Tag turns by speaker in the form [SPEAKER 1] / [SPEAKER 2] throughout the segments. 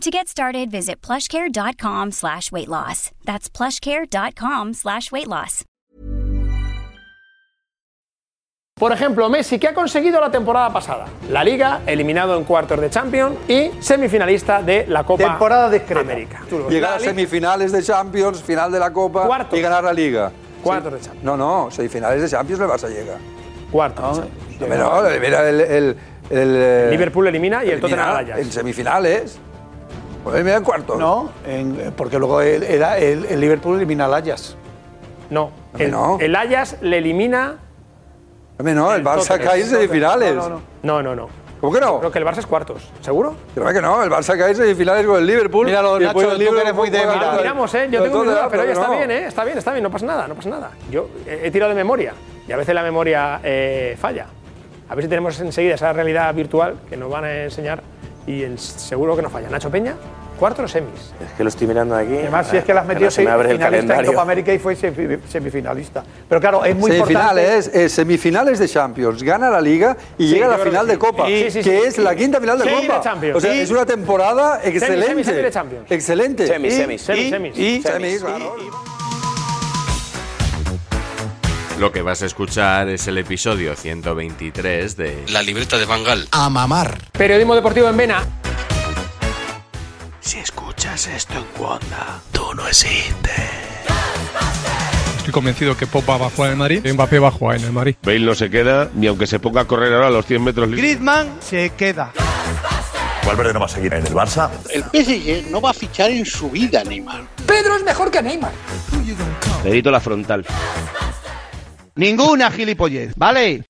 [SPEAKER 1] To get started, visit plushcare.com slash weight loss. That's plushcare.com slash weight loss.
[SPEAKER 2] Por ejemplo, Messi, que ha conseguido la temporada pasada? La Liga, eliminado en cuartos de Champions y semifinalista de la Copa
[SPEAKER 3] Temporada discreta.
[SPEAKER 2] América.
[SPEAKER 4] Llegar a
[SPEAKER 2] La Liga-
[SPEAKER 4] semifinales de Champions, final de la Copa
[SPEAKER 2] Cuartos.
[SPEAKER 4] y ganar la Liga.
[SPEAKER 2] Cuartos de Champions.
[SPEAKER 4] No, no, semifinales de Champions el Barça llega. Ah,
[SPEAKER 2] Cuartos. de
[SPEAKER 4] No,
[SPEAKER 2] Champions.
[SPEAKER 4] no, mira el, el- el-
[SPEAKER 2] Liverpool elimina y el Tottenham
[SPEAKER 4] elimina
[SPEAKER 2] al Ajax.
[SPEAKER 4] En semifinales. Pues mira en cuartos.
[SPEAKER 3] No, en- porque luego el, era- el- el Liverpool elimina al Ajax.
[SPEAKER 2] No.
[SPEAKER 4] Hombre,
[SPEAKER 2] El,
[SPEAKER 4] no.
[SPEAKER 2] el Ajax le elimina.
[SPEAKER 4] Hombre, no, el,
[SPEAKER 2] El
[SPEAKER 4] Barça
[SPEAKER 2] Tottenham,
[SPEAKER 4] cae
[SPEAKER 2] el
[SPEAKER 4] en
[SPEAKER 2] Tottenham.
[SPEAKER 4] semifinales.
[SPEAKER 3] No, no, no.
[SPEAKER 2] No, no, no.
[SPEAKER 4] ¿Cómo que no?
[SPEAKER 2] Creo que el Barça es cuartos. ¿Seguro?
[SPEAKER 4] Creo que no, el Barça cae en semifinales con el Liverpool.
[SPEAKER 3] Míralo,
[SPEAKER 4] y después
[SPEAKER 3] Nacho,
[SPEAKER 4] el
[SPEAKER 3] tú que
[SPEAKER 4] Liverpool
[SPEAKER 3] eres muy de
[SPEAKER 4] juega-
[SPEAKER 3] mirar.
[SPEAKER 2] Ah, miramos, ¿eh? Yo tengo
[SPEAKER 4] Todo
[SPEAKER 2] mi duda,
[SPEAKER 4] dato,
[SPEAKER 2] pero ya está
[SPEAKER 4] no.
[SPEAKER 2] bien, ¿eh? Está bien, está bien, no pasa nada, no pasa nada. Yo eh, he he tirado de memoria y a veces la memoria eh, falla. A ver si tenemos enseguida esa realidad virtual que nos van a enseñar y el seguro que no falla. Nacho Peña, cuartos semis.
[SPEAKER 5] Es que lo estoy mirando aquí.
[SPEAKER 3] Además, si es
[SPEAKER 6] Ah,
[SPEAKER 3] que las metió
[SPEAKER 5] Además, se me abre el
[SPEAKER 3] finalista en
[SPEAKER 5] calendario.
[SPEAKER 3] Copa América y fue semi- semifinalista. Pero claro, es muy importante.
[SPEAKER 4] semifinales, eh, semifinales de Champions, gana la Liga y
[SPEAKER 2] Sí,
[SPEAKER 4] llega a
[SPEAKER 2] yo
[SPEAKER 4] la
[SPEAKER 2] creo
[SPEAKER 4] final
[SPEAKER 2] que
[SPEAKER 4] de
[SPEAKER 2] sí.
[SPEAKER 4] Copa,
[SPEAKER 2] Sí, sí,
[SPEAKER 4] que
[SPEAKER 2] sí.
[SPEAKER 4] es la quinta final de
[SPEAKER 2] Sí, de
[SPEAKER 4] Copa.
[SPEAKER 2] Champions.
[SPEAKER 4] O sea,
[SPEAKER 2] Sí.
[SPEAKER 4] es una temporada excelente.
[SPEAKER 2] semi, semi de Champions.
[SPEAKER 4] Excelente.
[SPEAKER 5] Semis,
[SPEAKER 4] Y-
[SPEAKER 5] semis.
[SPEAKER 2] Semis,
[SPEAKER 4] y-
[SPEAKER 2] semis.
[SPEAKER 5] Semis,
[SPEAKER 4] y- semis, claro.
[SPEAKER 7] Lo que vas a escuchar es el episodio 123 de
[SPEAKER 8] La libreta de Bangal.
[SPEAKER 9] A mamar.
[SPEAKER 2] Periodismo deportivo en Vena.
[SPEAKER 7] Si escuchas esto en Wanda, tú no existes.
[SPEAKER 9] Estoy convencido que Popa va a jugar en el Madrid. Mbappé va a jugar en el Madrid.
[SPEAKER 10] Bale no se queda, ni aunque se ponga a correr ahora a los 100 metros libres.
[SPEAKER 3] Griezmann se queda.
[SPEAKER 10] Valverde no va a seguir en el Barça.
[SPEAKER 8] El PSG eh, no va a fichar en su vida, Neymar.
[SPEAKER 2] Pedro es mejor que Neymar.
[SPEAKER 10] Dedito la frontal.
[SPEAKER 3] Ninguna gilipollez, ¿vale?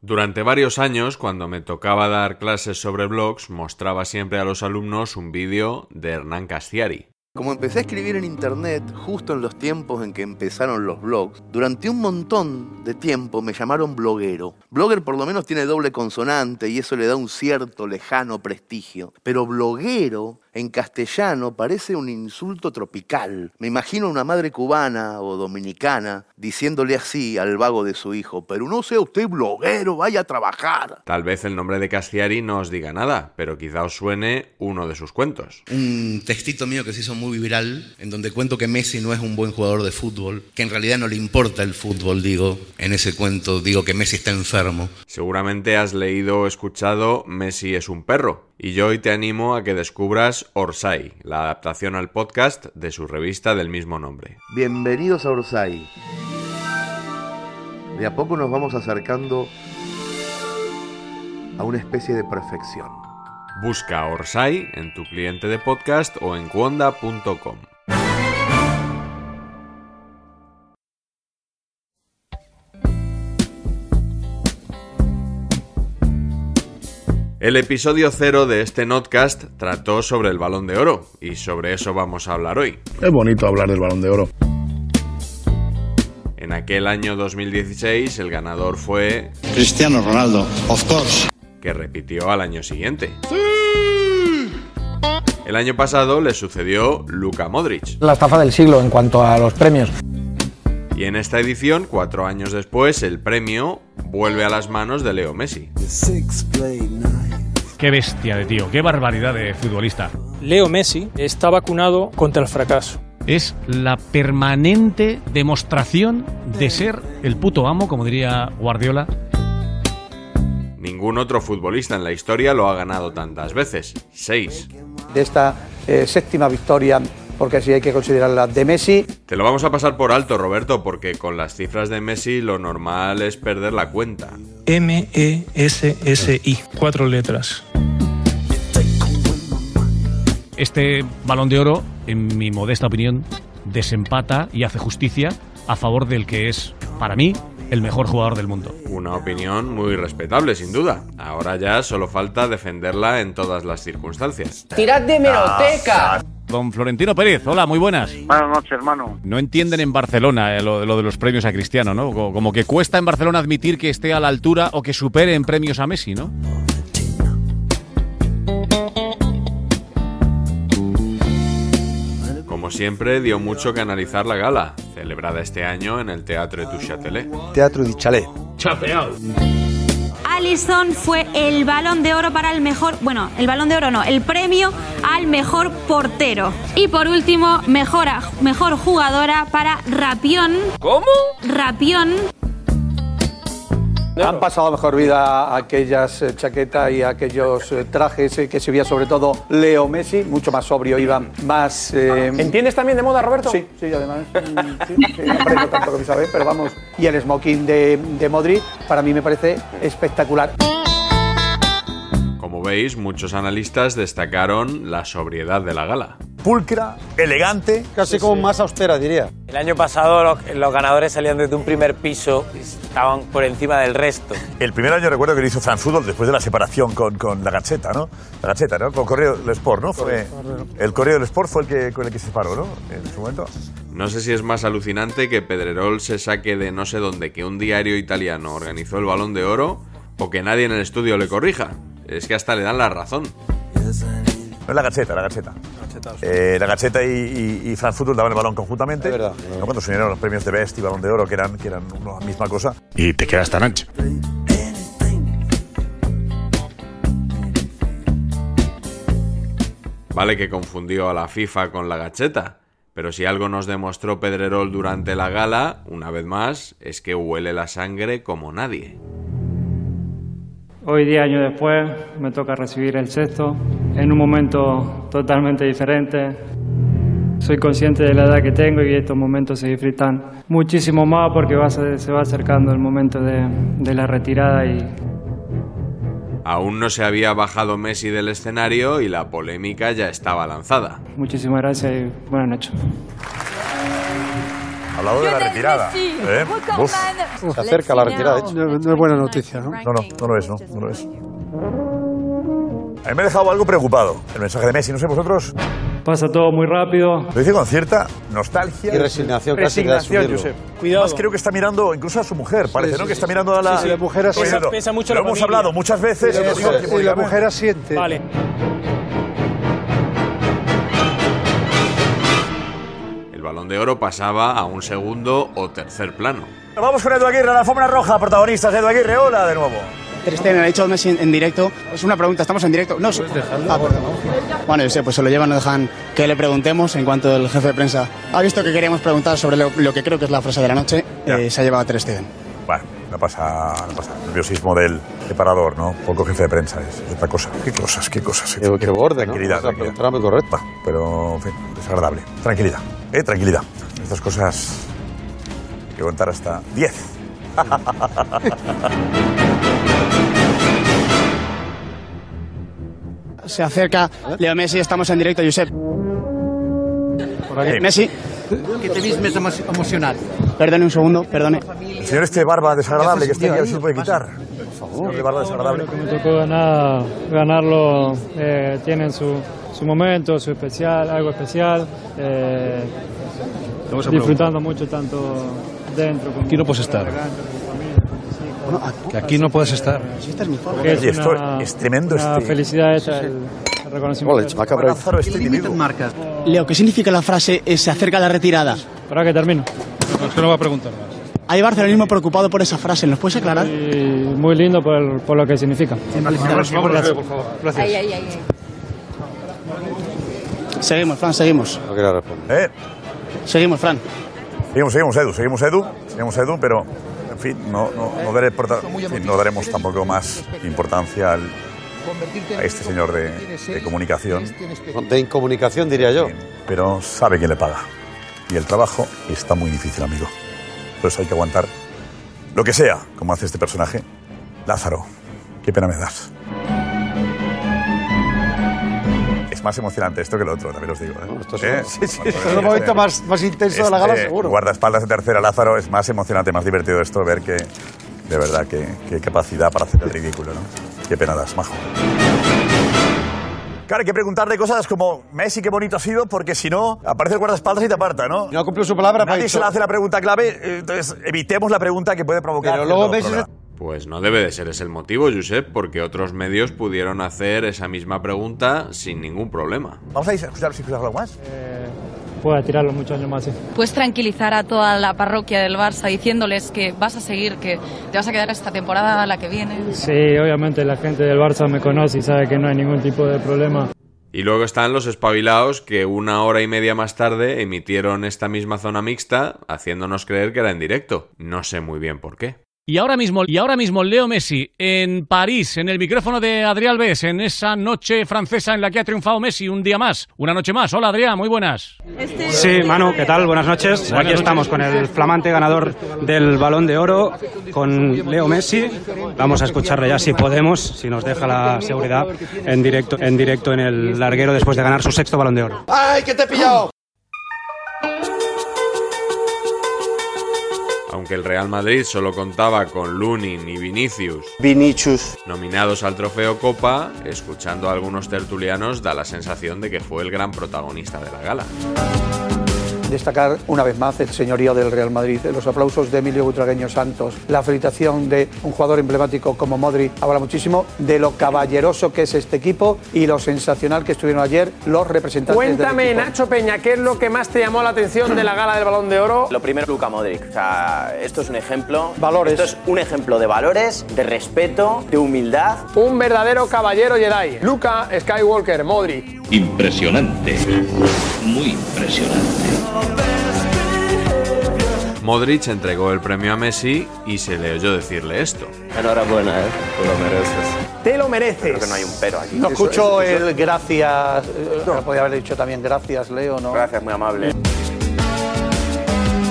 [SPEAKER 7] Durante varios años, cuando me tocaba dar clases sobre blogs, mostraba siempre a los alumnos un vídeo de Hernán Castiari.
[SPEAKER 11] Como empecé a escribir en internet justo en los tiempos en que empezaron los blogs, durante un montón de tiempo me llamaron bloguero. Blogger por lo menos tiene doble consonante y eso le da un cierto lejano prestigio. Pero bloguero en castellano parece un insulto tropical. Me imagino una madre cubana o dominicana diciéndole así al vago de su hijo, pero no sea usted bloguero, vaya a trabajar.
[SPEAKER 7] Tal vez el nombre de Castiari no os diga nada, pero quizá os suene uno de sus cuentos.
[SPEAKER 11] un textito mío que se hizo muy viral, en donde cuento que Messi no es un buen jugador de fútbol, que en realidad no le importa el fútbol, digo. En ese cuento digo que Messi está enfermo.
[SPEAKER 7] Seguramente has leído o escuchado Messi es un perro, y yo hoy te animo a que descubras Orsay, la adaptación al podcast de su revista del mismo nombre.
[SPEAKER 11] Bienvenidos a Orsay. De a poco nos vamos acercando a una especie de perfección.
[SPEAKER 7] Busca Orsay en tu cliente de podcast o en cuonda.com. El episodio cero de este podcast trató sobre el balón de oro, y sobre eso vamos a hablar hoy.
[SPEAKER 10] Es bonito hablar del balón de oro.
[SPEAKER 7] En aquel año 2016 el ganador fue,
[SPEAKER 8] Cristiano Ronaldo, of course.
[SPEAKER 7] que repitió al año siguiente. El año pasado le sucedió Luka Modric.
[SPEAKER 3] La estafa del siglo en cuanto a los premios.
[SPEAKER 7] Y en esta edición, cuatro años después, el premio vuelve a las manos de Leo Messi.
[SPEAKER 9] Qué bestia de tío, qué barbaridad de futbolista.
[SPEAKER 2] Leo Messi está vacunado contra el fracaso.
[SPEAKER 9] Es la permanente demostración de ser el puto amo, como diría Guardiola.
[SPEAKER 7] Ningún otro futbolista en la historia lo ha ganado tantas veces. Seis.
[SPEAKER 3] De esta eh, séptima victoria porque sí hay que considerar las de Messi.
[SPEAKER 7] Te lo vamos a pasar por alto, Roberto, porque con las cifras de Messi lo normal es perder la cuenta.
[SPEAKER 5] M-E-S-S-I. Cuatro letras.
[SPEAKER 9] Este balón de oro, en mi modesta opinión, desempata y hace justicia a favor del que es, para mí, el mejor jugador del mundo.
[SPEAKER 7] Una opinión muy respetable, sin duda. Ahora ya solo falta defenderla en todas las circunstancias.
[SPEAKER 12] ¡Tirad de meroteca!
[SPEAKER 13] Don Florentino Pérez, hola, muy buenas.
[SPEAKER 14] Buenas noches, hermano.
[SPEAKER 13] No entienden en Barcelona eh, lo, lo de los premios a Cristiano, ¿no? Co- Como que cuesta en Barcelona admitir que esté a la altura o que supere en premios a Messi, ¿no?
[SPEAKER 7] Como siempre, dio mucho que analizar la gala, celebrada este año en el Teatro du Châtelet.
[SPEAKER 3] Teatro de Chalet.
[SPEAKER 7] Chapeado.
[SPEAKER 15] Allison fue el balón de oro para el mejor, bueno, el balón de oro no, el premio al mejor portero. Y por último, mejora, mejor jugadora para Rapión. ¿Cómo? Rapión.
[SPEAKER 3] Han pasado mejor vida aquellas eh, chaquetas y aquellos eh, trajes eh, que se veía sobre todo Leo Messi, mucho más sobrio, iban más... eh,
[SPEAKER 2] ¿Entiendes también de moda, Roberto?
[SPEAKER 3] Sí, sí, además. mm, sí, sí, no aprendo tanto como Isabel, pero vamos. Y el smoking de, de Modric para mí me parece espectacular.
[SPEAKER 7] Como veis, muchos analistas destacaron la sobriedad de la gala.
[SPEAKER 16] Pulcra, elegante.
[SPEAKER 7] Casi como más
[SPEAKER 16] austera, diría.
[SPEAKER 12] El año pasado los, los ganadores salían desde un primer piso y estaban por encima del resto.
[SPEAKER 16] El primer año recuerdo que lo hizo Fran Sudol después de la separación con, con la Gazzetta, ¿no? La Gazzetta, ¿no? Con Correo del Sport, ¿no? Fue, el Correo del Sport fue el que, con el que se separó, ¿no? En su momento.
[SPEAKER 7] No sé si es más alucinante que Pedrerol se saque de no sé dónde que un diario italiano organizó el balón de oro o que nadie en el estudio le corrija. Es que hasta le dan la razón.
[SPEAKER 16] No es la Gazzetta, la Gazzetta. Eh, la Gazzetta y, y, y Fran Sudol daban el balón conjuntamente. ¿no? Cuando se unieron los premios de Best y Balón de Oro, que eran, que eran una misma cosa.
[SPEAKER 10] Y te quedas tan ancho.
[SPEAKER 7] Vale que confundió a la FIFA con la gacheta, pero si algo nos demostró Pedrerol durante la gala, una vez más, es que huele la sangre como nadie.
[SPEAKER 17] Hoy, 10 años después, me toca recibir el sexto en un momento totalmente diferente. Soy consciente de la edad que tengo y estos momentos se disfrutan muchísimo más porque va a- se va acercando el momento de, de la retirada y
[SPEAKER 7] Aún no se había bajado Messi del escenario y la polémica ya estaba lanzada.
[SPEAKER 17] muchísimas gracias y buenas noches.
[SPEAKER 16] Hablado de la retirada. ¿eh? Uf.
[SPEAKER 17] Se acerca la retirada, de hecho.
[SPEAKER 16] No, es buena noticia, ¿no? No, no, no lo es, no, no lo es. A mí me ha dejado algo preocupado el mensaje de Messi, no sé vosotros.
[SPEAKER 17] Pasa todo muy rápido.
[SPEAKER 16] Lo dice con cierta nostalgia
[SPEAKER 17] Y resignación casi de Resignación, asumirlo. Josep. Cuidado.
[SPEAKER 16] Además, creo que está mirando incluso a su mujer, parece,
[SPEAKER 17] sí,
[SPEAKER 16] ¿no?
[SPEAKER 17] sí,
[SPEAKER 16] que está
[SPEAKER 17] sí.
[SPEAKER 16] mirando a la.
[SPEAKER 17] Sí, sí, la mujer
[SPEAKER 16] Estoy
[SPEAKER 17] asiente.
[SPEAKER 16] viendo.
[SPEAKER 17] Pesa mucho
[SPEAKER 16] Lo
[SPEAKER 17] la
[SPEAKER 16] hemos
[SPEAKER 17] familia.
[SPEAKER 16] hablado muchas veces.
[SPEAKER 17] Sí,
[SPEAKER 16] y lo
[SPEAKER 17] sí,
[SPEAKER 16] digo
[SPEAKER 17] sí,
[SPEAKER 16] aquí
[SPEAKER 17] sí,
[SPEAKER 3] Y la
[SPEAKER 16] públicamente.
[SPEAKER 3] mujer asiente.
[SPEAKER 17] Vale.
[SPEAKER 7] El balón de oro pasaba a un segundo o tercer plano.
[SPEAKER 16] Vamos con Edu Aguirre, a la alfombra roja, protagonistas. Edu Aguirre, hola de nuevo.
[SPEAKER 18] Cristian, ha dicho Messi en, en directo. Es una pregunta, estamos en directo. No, su- Ah, perdón. Bueno, yo sé, pues se lo llevan, no dejan que le preguntemos. En cuanto el jefe de prensa ha visto que queríamos preguntar sobre lo, lo que creo que es la frase de la noche, eh, se ha llevado a Ter Stegen.
[SPEAKER 16] Bueno, no pasa, no pasa. Nerviosismo del preparador, ¿no? Poco jefe de prensa, es, es otra cosa. Qué cosas, qué cosas. Qué, borde, tranquilidad, tranquilidad. muy correcta. Pero, en fin, desagradable. Tranquilidad, eh, tranquilidad. Estas cosas hay que contar hasta 10.
[SPEAKER 18] Se acerca Leo Messi, estamos en directo, Josep. Eh, Messi.
[SPEAKER 19] Que te vis més emocional.
[SPEAKER 18] Perdone un segundo, perdone.
[SPEAKER 16] El señor este barba desagradable que está aquí, a ver si se
[SPEAKER 17] ¿eh?
[SPEAKER 16] puede quitar. Señor de barba desagradable.
[SPEAKER 17] Me tocó ganar, ganarlo, eh, tienen su, su momento, su especial, algo especial. eh,
[SPEAKER 5] Vamos a
[SPEAKER 17] disfrutando mucho tanto dentro como
[SPEAKER 5] Aquí no puedes estar. Que aquí no puedes estar.
[SPEAKER 17] Porque es, una, una felicidad esta, el, el reconocimiento.
[SPEAKER 19] este
[SPEAKER 16] pues.
[SPEAKER 18] Leo, ¿qué significa la frase eh, se acerca la retirada?
[SPEAKER 17] Espera que termino.
[SPEAKER 5] no va a preguntar más.
[SPEAKER 18] Hay barcelonismo preocupado por esa frase, ¿nos puedes aclarar?
[SPEAKER 17] Y muy lindo por, por lo que significa. Gracias.
[SPEAKER 5] Gracias.
[SPEAKER 18] Seguimos, Fran, seguimos.
[SPEAKER 16] No quería responder.
[SPEAKER 18] Seguimos, Fran.
[SPEAKER 16] Eh, Seguimos, seguimos, Edu, seguimos, Edu, seguimos, Edu, pero, en fin, no, no, no, daré porta- en fin, no daremos tampoco más importancia al
[SPEAKER 19] convertirte
[SPEAKER 16] a este señor de, de comunicación,
[SPEAKER 14] De incomunicación, diría yo.
[SPEAKER 16] pero sabe que le paga. Y el trabajo está muy difícil, amigo. Entonces hay que aguantar lo que sea, como hace este personaje. Lázaro, qué pena me das. Es más emocionante esto que lo otro, también os digo. ¿eh? ¿Eh?
[SPEAKER 14] Este es el momento más, más intenso de la gala,
[SPEAKER 16] Este
[SPEAKER 14] seguro.
[SPEAKER 16] Guardaespaldas de tercera Lázaro es más emocionante, más divertido esto, ver que, de verdad, qué qué capacidad para hacer el ridículo, ¿no? Qué pena das, majo. Claro, hay que preguntarle cosas como Messi, qué bonito ha sido, porque si no, aparece el guardaespaldas y te aparta, ¿no? No ha cumplido su palabra, Nadie
[SPEAKER 14] Paito.
[SPEAKER 16] se le hace la pregunta clave, eh, entonces evitemos la pregunta que puede provocar.
[SPEAKER 14] Claro, luego
[SPEAKER 16] otro
[SPEAKER 14] Messi se-
[SPEAKER 16] problema.
[SPEAKER 7] Pues no debe de ser ese el motivo, Josep, porque otros medios pudieron hacer esa misma pregunta sin ningún problema.
[SPEAKER 16] Vamos a escuchar si algo más.
[SPEAKER 17] Pueda tirarlo muchos años más, sí.
[SPEAKER 20] Puedes pues tranquilizar a toda la parroquia del Barça diciéndoles que vas a seguir, que te vas a quedar esta temporada, la que viene.
[SPEAKER 17] Sí, obviamente la gente del Barça me conoce y sabe que no hay ningún tipo de problema.
[SPEAKER 7] Y luego están los espabilados que una hora y media más tarde emitieron esta misma zona mixta, haciéndonos creer que era en directo. No sé muy bien por qué.
[SPEAKER 9] Y ahora mismo, y ahora mismo Leo Messi en París, en el micrófono de Adrián Alves, en esa noche francesa en la que ha triunfado Messi un día más, una noche más. Hola Adrián, muy buenas.
[SPEAKER 21] Sí, Manu, ¿qué tal? Buenas noches. Aquí estamos con el flamante ganador del Balón de Oro, con Leo Messi. Vamos a escucharle ya si podemos, si nos deja la seguridad en directo, en directo en el larguero después de ganar su sexto Balón de Oro.
[SPEAKER 14] ¡Ay, que te he pillado!
[SPEAKER 7] Aunque el Real Madrid solo contaba con Lunin y Vinicius,
[SPEAKER 14] Vinicius.
[SPEAKER 7] nominados al trofeo Copa, escuchando a algunos tertulianos da la sensación de que fue el gran protagonista de la gala.
[SPEAKER 3] Destacar una vez más el señorío del Real Madrid, los aplausos de Emilio Butragueño Santos, la felicitación de un jugador emblemático como Modri, habla muchísimo de lo caballeroso que es este equipo y lo sensacional que estuvieron ayer los representantes del
[SPEAKER 2] Cuéntame,
[SPEAKER 3] equipo.
[SPEAKER 2] Nacho Peña, ¿qué es lo que más te llamó la atención de la gala del Balón de Oro?
[SPEAKER 6] Lo primero, Luca Modric. O sea, esto es un ejemplo.
[SPEAKER 3] Valores.
[SPEAKER 6] Esto es un ejemplo de valores, de respeto, de humildad.
[SPEAKER 2] Un verdadero caballero Jedi. Luca Skywalker, Modri.
[SPEAKER 8] Impresionante. Muy impresionante.
[SPEAKER 7] Modric entregó el premio a Messi y se le oyó decirle esto.
[SPEAKER 6] Enhorabuena, ¿eh?
[SPEAKER 7] lo mereces.
[SPEAKER 2] Te lo mereces.
[SPEAKER 6] Creo que no hay un pero aquí.
[SPEAKER 3] No
[SPEAKER 6] Eso-
[SPEAKER 3] escucho
[SPEAKER 6] eso- eso-
[SPEAKER 3] el gracias, eh, podía haber dicho también gracias Leo, ¿no?
[SPEAKER 6] Gracias, muy amable.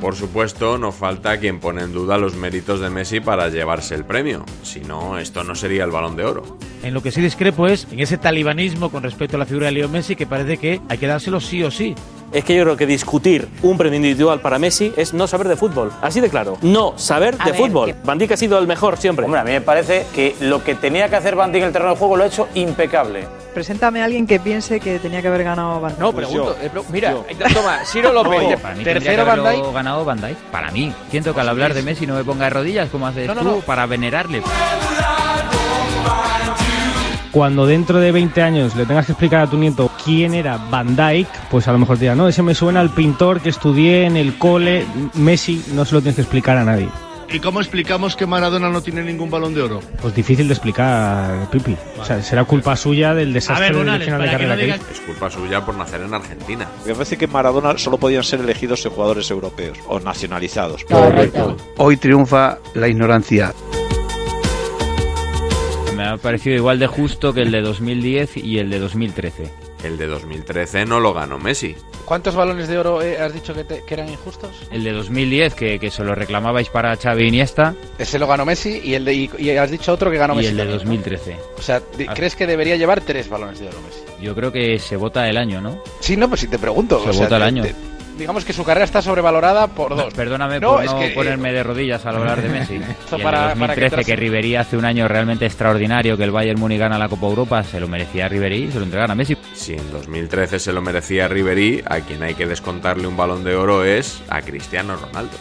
[SPEAKER 7] Por supuesto, no falta quien pone en duda los méritos de Messi para llevarse el premio. Si no, esto no sería el balón de oro.
[SPEAKER 22] En lo que sí discrepo es en ese talibanismo con respecto a la figura de Leo Messi que parece que hay que dárselo sí o sí.
[SPEAKER 23] Es que yo creo que discutir un premio individual para Messi es no saber de fútbol. Así de claro. No saber
[SPEAKER 6] A
[SPEAKER 23] de
[SPEAKER 6] ver,
[SPEAKER 23] fútbol. Van Dijk ha sido el mejor siempre.
[SPEAKER 6] Hombre, a mí me parece que lo que tenía que hacer Banti en el terreno de juego lo ha hecho impecable.
[SPEAKER 24] Preséntame a alguien que piense que tenía que haber ganado Van No,
[SPEAKER 25] pregunto,
[SPEAKER 6] Pues
[SPEAKER 25] eh, pre- mira, toma, Ciro López, tercero Van Dijk.
[SPEAKER 22] ganado Van Dijk. Para mí, siento que al hablar de Messi no me ponga de rodillas como haces
[SPEAKER 25] No, no,
[SPEAKER 22] tú
[SPEAKER 25] no.
[SPEAKER 22] para venerarle.
[SPEAKER 26] Cuando dentro de 20 años le tengas que explicar a tu nieto quién era Van Dyke, pues a lo mejor te dirá, no, ese me suena al pintor que estudié en el cole. Messi no se lo tienes que explicar a nadie.
[SPEAKER 19] ¿Y cómo explicamos que Maradona no tiene ningún balón de oro?
[SPEAKER 26] Pues difícil de explicar, Pipi. O sea, será culpa suya del desastre del final de carrera que hizo.
[SPEAKER 7] Es culpa suya por nacer en Argentina.
[SPEAKER 27] Me parece que en Maradona solo podían ser elegidos jugadores europeos o nacionalizados.
[SPEAKER 28] Hoy triunfa la ignorancia.
[SPEAKER 22] Me ha parecido igual de justo que el de 2010 y el de 2013.
[SPEAKER 7] El de 2013 no lo ganó Messi.
[SPEAKER 28] ¿Cuántos balones de oro eh, has dicho que, te- que eran injustos?
[SPEAKER 22] El de 2010 que, que se lo reclamabais para Xavi e Iniesta
[SPEAKER 28] Ese lo ganó Messi y, el de- y, y has dicho otro que ganó
[SPEAKER 22] y
[SPEAKER 28] Messi.
[SPEAKER 22] el de Ah.
[SPEAKER 28] también.
[SPEAKER 22] 2013.
[SPEAKER 28] O sea, di- ¿crees que debería llevar tres balones de oro Messi?
[SPEAKER 22] Yo creo que se vota el año, ¿no?
[SPEAKER 28] Sí, no, pues si te pregunto.
[SPEAKER 22] Se
[SPEAKER 28] o sea,
[SPEAKER 22] vota el
[SPEAKER 28] te-
[SPEAKER 22] año.
[SPEAKER 28] te- digamos que su carrera está sobrevalorada por dos.
[SPEAKER 22] Perdóname
[SPEAKER 28] No,
[SPEAKER 22] por
[SPEAKER 28] es
[SPEAKER 22] no
[SPEAKER 28] que- eh,
[SPEAKER 22] ponerme de rodillas al hablar de Messi. Y el
[SPEAKER 28] Esto
[SPEAKER 22] de
[SPEAKER 28] para- para que
[SPEAKER 22] 2013, que,
[SPEAKER 28] tras-
[SPEAKER 22] Ribery hace un año realmente extraordinario, que el Bayern Múnich gana la Copa Europa, se lo merecía Ribery y se lo entregan a Messi.
[SPEAKER 7] Si en 2013 se lo merecía Ribery, a quien hay que descontarle un balón de oro es a Cristiano Ronaldo.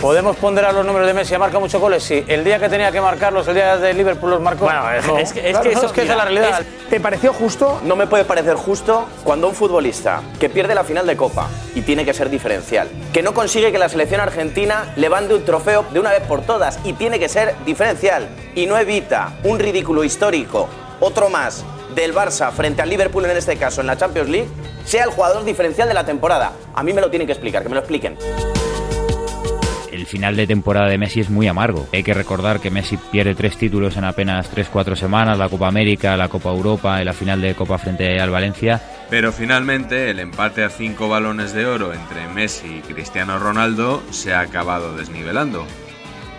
[SPEAKER 6] ¿Podemos ponderar los números de Messi? ¿Ha marcado muchos goles? Sí. ¿El día que tenía que marcarlos, el día de Liverpool los marcó? Bueno, es que- es que eso- esa es la mira, realidad. ¿Te pareció justo? No me puede parecer justo cuando un futbolista que pierde la final de Copa y tiene que ser diferencial, que no consigue que la selección argentina levante un trofeo de una vez por todas y tiene que ser diferencial y no evita un ridículo histórico, otro más, del Barça frente al Liverpool en este caso en la Champions League, sea el jugador diferencial de la temporada. A mí me lo tienen que explicar, que me lo expliquen.
[SPEAKER 29] El final de temporada de Messi es muy amargo. Hay que recordar que Messi pierde tres títulos en apenas 3-4 semanas, la Copa América, la Copa Europa y la final de Copa frente al Valencia.
[SPEAKER 7] Pero finalmente el empate a cinco balones de oro entre Messi y Cristiano Ronaldo se ha acabado desnivelando.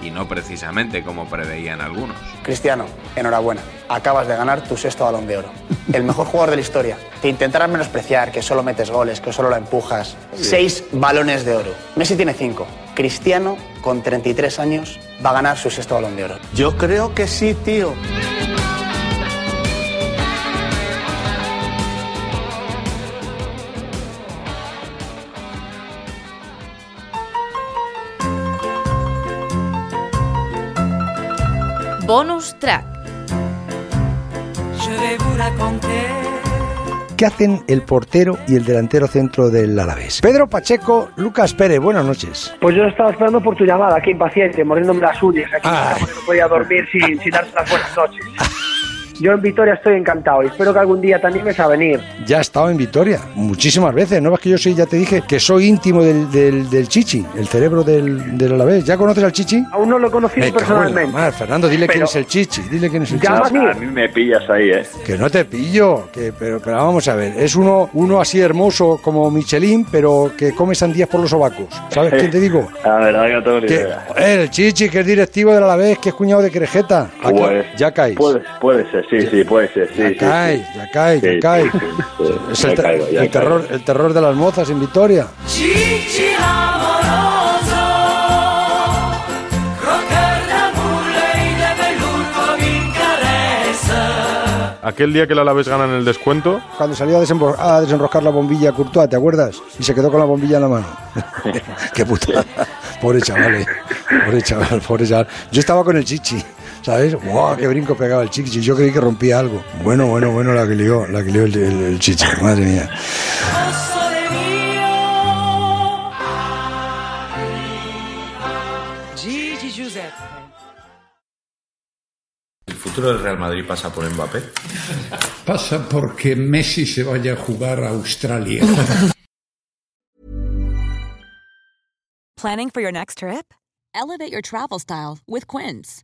[SPEAKER 7] Y no precisamente como preveían algunos.
[SPEAKER 18] Cristiano, enhorabuena. Acabas de ganar tu sexto balón de oro. El mejor jugador de la historia. Te intentarán menospreciar que solo metes goles, que solo la empujas.
[SPEAKER 9] Sí.
[SPEAKER 18] Seis balones de oro. Messi tiene cinco. Cristiano, con 33 años, va a ganar su sexto balón de oro.
[SPEAKER 30] Yo creo que sí, tío.
[SPEAKER 20] Bonus track.
[SPEAKER 29] ¿Qué hacen el portero y el delantero centro del Alavés? Pedro Pacheco, Lucas Pérez, buenas noches.
[SPEAKER 3] Pues yo estaba esperando por tu llamada, aquí impaciente, mordiéndome las uñas, aquí
[SPEAKER 29] Ah.
[SPEAKER 3] porque no podía dormir sin, sin darte las buenas noches. Yo en Vitoria estoy encantado y espero que algún día te animes a venir.
[SPEAKER 29] Ya he estado en Vitoria muchísimas veces, ¿no? Es que yo soy, ya te dije, que soy íntimo del, del, del Chichi, el cerebro del, del Alavés. ¿Ya conoces al Chichi?
[SPEAKER 3] Aún no lo he conocido
[SPEAKER 29] Me cago en la
[SPEAKER 3] personalmente.
[SPEAKER 29] mar, Fernando, dile
[SPEAKER 3] Pero-
[SPEAKER 29] quién es el Chichi, dile quién es el
[SPEAKER 3] Ya,
[SPEAKER 29] Chichi.
[SPEAKER 3] Dani.
[SPEAKER 16] A mí me pillas ahí, ¿eh?
[SPEAKER 29] Que no te pillo, que, pero, pero vamos a ver, es uno, uno así hermoso como Michelin, pero que come sandías por los sobacos. ¿Sabes quién te digo?
[SPEAKER 16] La verdad que no tengo ni
[SPEAKER 29] Que-
[SPEAKER 16] idea.
[SPEAKER 29] joder, el Chichi, que es directivo del Alavés, que es cuñado de Crejeta. Ah,
[SPEAKER 16] Pues,
[SPEAKER 29] ya caes.
[SPEAKER 16] Puede, puede ser, sí, sí, puede ser. Sí, sí, sí.
[SPEAKER 29] caes, ya caes, ya
[SPEAKER 16] Sí,
[SPEAKER 29] caes.
[SPEAKER 16] sí, sí, sí.
[SPEAKER 29] Es
[SPEAKER 16] Ya
[SPEAKER 29] el, ter-
[SPEAKER 16] caigo, ya
[SPEAKER 29] el
[SPEAKER 16] caigo.
[SPEAKER 29] terror, el terror de las mozas en Vitoria.
[SPEAKER 10] Aquel día que la Alavés gana en el descuento,
[SPEAKER 29] Cuando salió a, desenbor- a desenroscar la bombilla Courtois, ¿te acuerdas? Y se quedó con la bombilla en la mano. Qué putada. Pobre chaval, eh. pobre chaval, pobre chaval. Yo estaba con el chichi, ¿sabes? ¡Wow! ¡Qué brinco pegaba el chichi! Yo creí que rompía algo. Bueno, bueno, bueno, la que lió, la que lió el, el- el chichi. Madre mía.
[SPEAKER 20] Gigi Giuseppe.
[SPEAKER 16] ¿El futuro del Real Madrid pasa por Mbappé?
[SPEAKER 10] Pasa porque Messi se vaya a jugar a Australia.
[SPEAKER 31] Planning for your next trip? Elevate your travel style with Quince.